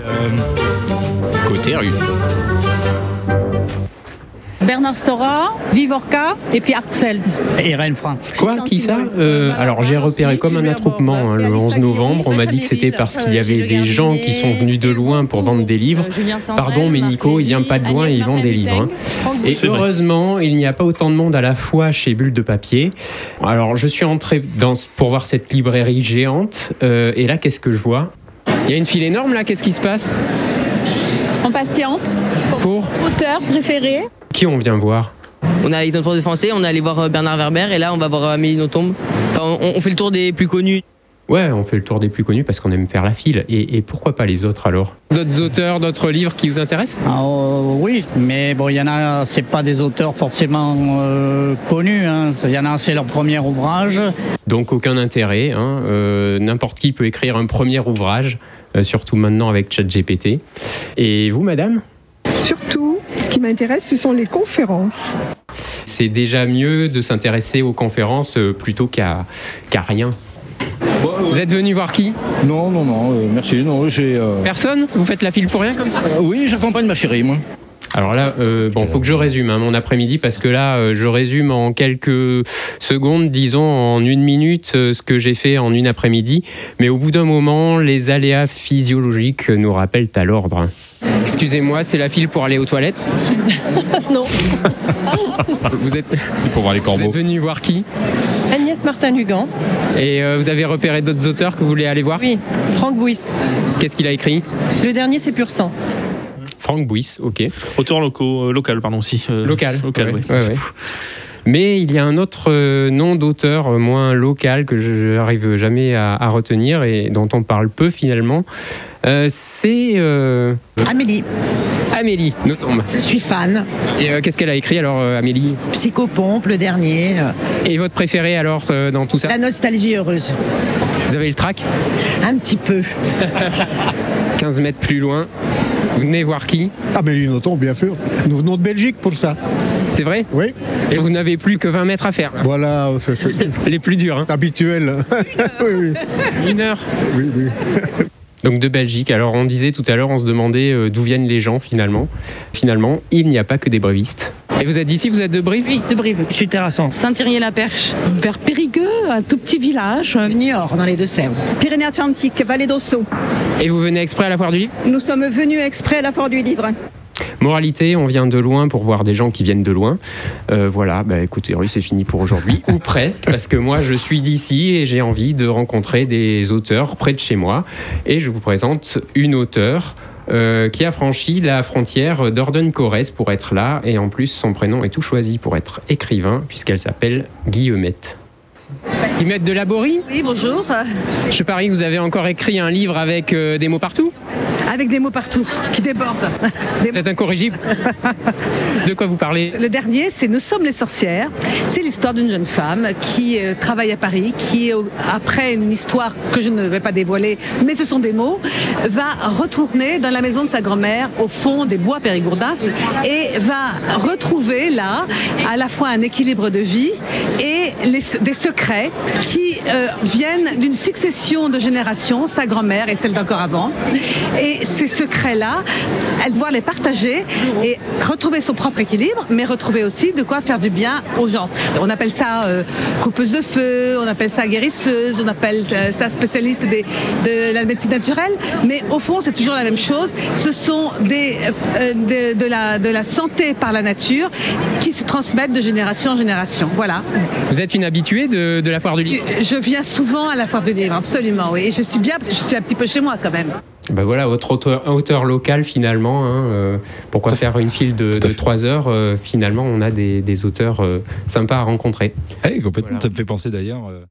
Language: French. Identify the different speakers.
Speaker 1: Euh,
Speaker 2: Côté rue.
Speaker 3: Bernard Stora, Vivorca et puis Hartzfeld.
Speaker 4: Et Rennes Franck.
Speaker 2: Quoi Qui ça Euh, Alors j'ai repéré comme un attroupement hein, le 11 novembre. On m'a dit que c'était parce qu'il y avait des gens qui sont venus de loin euh, pour vendre des
Speaker 3: Euh,
Speaker 2: livres. Pardon, mais Nico, ils viennent pas de loin et ils vendent des livres. hein. Et
Speaker 1: C'est vrai.
Speaker 2: heureusement, il n'y a pas autant de monde à la fois chez Bulle de Papier. Alors, je suis entré dans, pour voir cette librairie géante. euh, et là, qu'est-ce que je vois Il y a une file énorme là, qu'est-ce qui se passe
Speaker 5: On patiente.
Speaker 2: Pour
Speaker 5: Auteur préféré.
Speaker 2: qui on vient voir
Speaker 6: On a été notre prof de français, on est allé voir euh, Bernard Werber et là on va voir euh, Amélie Nothomb. Enfin, on, on fait le tour des plus connus.
Speaker 2: Ouais, on fait le tour des plus connus parce qu'on aime faire la file. Et, et pourquoi pas les autres alors D'autres auteurs, d'autres livres qui vous intéressent
Speaker 4: Ah, oh, oui, mais bon, il y en a, c'est pas des auteurs forcément euh, connus. hein. Il y en a, c'est leur premier ouvrage.
Speaker 2: Donc aucun intérêt. hein. Euh, N'importe qui peut écrire un premier ouvrage, euh, surtout maintenant avec ChatGPT. Et vous, madame
Speaker 7: Surtout, ce qui m'intéresse, ce sont les conférences.
Speaker 2: C'est déjà mieux de s'intéresser aux conférences euh, plutôt qu'à qu'à rien. Vous êtes venu voir qui
Speaker 8: Non, non, non, euh, merci. Non, j'ai. euh,
Speaker 2: Personne Vous faites la file pour rien comme ça
Speaker 8: euh, oui, j'accompagne ma chérie, moi.
Speaker 2: Alors là, euh, bon, faut que je résume hein, mon après-midi parce que là, euh, je résume en quelques secondes, disons en une minute, euh, ce que j'ai fait en une après-midi. Mais au bout d'un moment, les aléas physiologiques nous rappellent à l'ordre. Excusez-moi, c'est la file pour aller aux toilettes
Speaker 7: Non.
Speaker 2: Vous êtes,
Speaker 1: C'est pour voir les corbeaux.
Speaker 2: venu voir qui
Speaker 3: Agnès Martin-Lugan,
Speaker 2: Et euh, vous avez repéré d'autres auteurs que vous voulez aller voir
Speaker 3: oui, Franck Bouys.
Speaker 2: Qu'est-ce qu'il a écrit
Speaker 3: Le dernier, c'est Pur Sang.
Speaker 2: Franck Bouys, ok.
Speaker 1: Auteur locaux, euh, local, pardon, si. euh,
Speaker 2: Local.
Speaker 1: Local,
Speaker 2: Ouais,
Speaker 1: oui.
Speaker 2: ouais, ouais. Mais il y a un autre euh, nom d'auteur euh, moins local que je n'arrive jamais à, à retenir et dont on parle peu finalement. Euh, c'est euh,
Speaker 9: Amélie,
Speaker 2: Amélie Nothomb.
Speaker 9: je suis fan.
Speaker 2: Et euh, qu'est-ce qu'elle a écrit alors, euh, Amélie
Speaker 9: Psychopompe, le dernier. euh,
Speaker 2: Et votre préféré alors euh, dans tout ça
Speaker 9: La nostalgie heureuse.
Speaker 2: Vous avez le track
Speaker 9: Un petit peu.
Speaker 2: 15 mètres plus loin. Vous venez voir qui
Speaker 10: Amélie Nothomb, bien sûr. Nous venons de Belgique pour ça.
Speaker 2: C'est vrai
Speaker 10: Oui,
Speaker 2: Et vous n'avez plus que 20 mètres à faire. là.
Speaker 10: voilà, c'est c'est
Speaker 2: Les plus durs, hein.
Speaker 10: habituel. oui, oui,
Speaker 2: Une heure.
Speaker 10: oui, oui.
Speaker 2: Donc de Belgique. Alors on disait tout à l'heure, on se demandait euh, d'où viennent les gens finalement. Finalement, il n'y a pas que des brevistes. Et vous êtes d'ici, vous êtes de Brive
Speaker 3: Oui, de Brive.
Speaker 4: Je suis terrassant.
Speaker 3: Saint-Thierry-la-Perche.
Speaker 11: vers Périgueux, un tout petit village.
Speaker 9: Niort dans les Deux-Sèvres.
Speaker 11: Pyrénées-Atlantiques, Vallée d'Ossau.
Speaker 2: Et vous venez exprès à la foire du livre
Speaker 11: Nous sommes venus exprès à la Foire du Livre.
Speaker 2: Moralité, on vient de loin pour voir des gens qui viennent de loin. Euh, voilà, bah écoutez, Russe, c'est fini pour aujourd'hui, ou presque, parce que moi je suis d'ici et j'ai envie de rencontrer des auteurs près de chez moi. Et je vous présente une auteure. euh, qui a franchi la frontière d'Orden-Corrèze pour être là, et en plus son prénom est tout choisi pour être écrivain, puisqu'elle s'appelle Guillemette. Guillemette de Laborie
Speaker 11: Oui, bonjour.
Speaker 2: Je parie que vous avez encore écrit un livre avec euh, des mots partout
Speaker 11: Avec des mots partout qui débordent.
Speaker 2: Vous êtes incorrigible De quoi vous parlez
Speaker 11: Le dernier, c'est Nous sommes les sorcières. C'est l'histoire d'une jeune femme qui euh, travaille à Paris, qui, euh, après une histoire que je ne vais pas dévoiler, mais ce sont des mots, va retourner dans la maison de sa grand-mère au fond des bois périgourdins et va retrouver là à la fois un équilibre de vie et les- des secrets qui euh, viennent d'une succession de générations, sa grand-mère et celle d'encore avant. Et ces secrets-là, elle doit les partager et retrouver son propre équilibre, mais retrouver aussi de quoi faire du bien aux gens. On appelle ça euh, coupeuse de feu, on appelle ça guérisseuse, on appelle euh, ça spécialiste des- de la médecine naturelle, mais au fond, c'est toujours la même chose. Ce sont des, euh, de, de la, de la santé par la nature qui se transmettent de génération en génération. Voilà.
Speaker 2: Vous êtes une habituée de, de la foire du livre
Speaker 11: Je viens souvent à la foire du livre, absolument, oui. Et je suis bien parce que je suis un petit peu chez moi quand même.
Speaker 2: Ben voilà, votre auteur, auteur local finalement, hein, euh, pourquoi faire une file de,
Speaker 1: Tout à
Speaker 2: de
Speaker 1: fait.
Speaker 2: 3 heures euh, Finalement, on a des, des auteurs euh, sympas à rencontrer.
Speaker 1: Eh, complètement,
Speaker 2: Voilà.
Speaker 1: ça me fait penser d'ailleurs euh,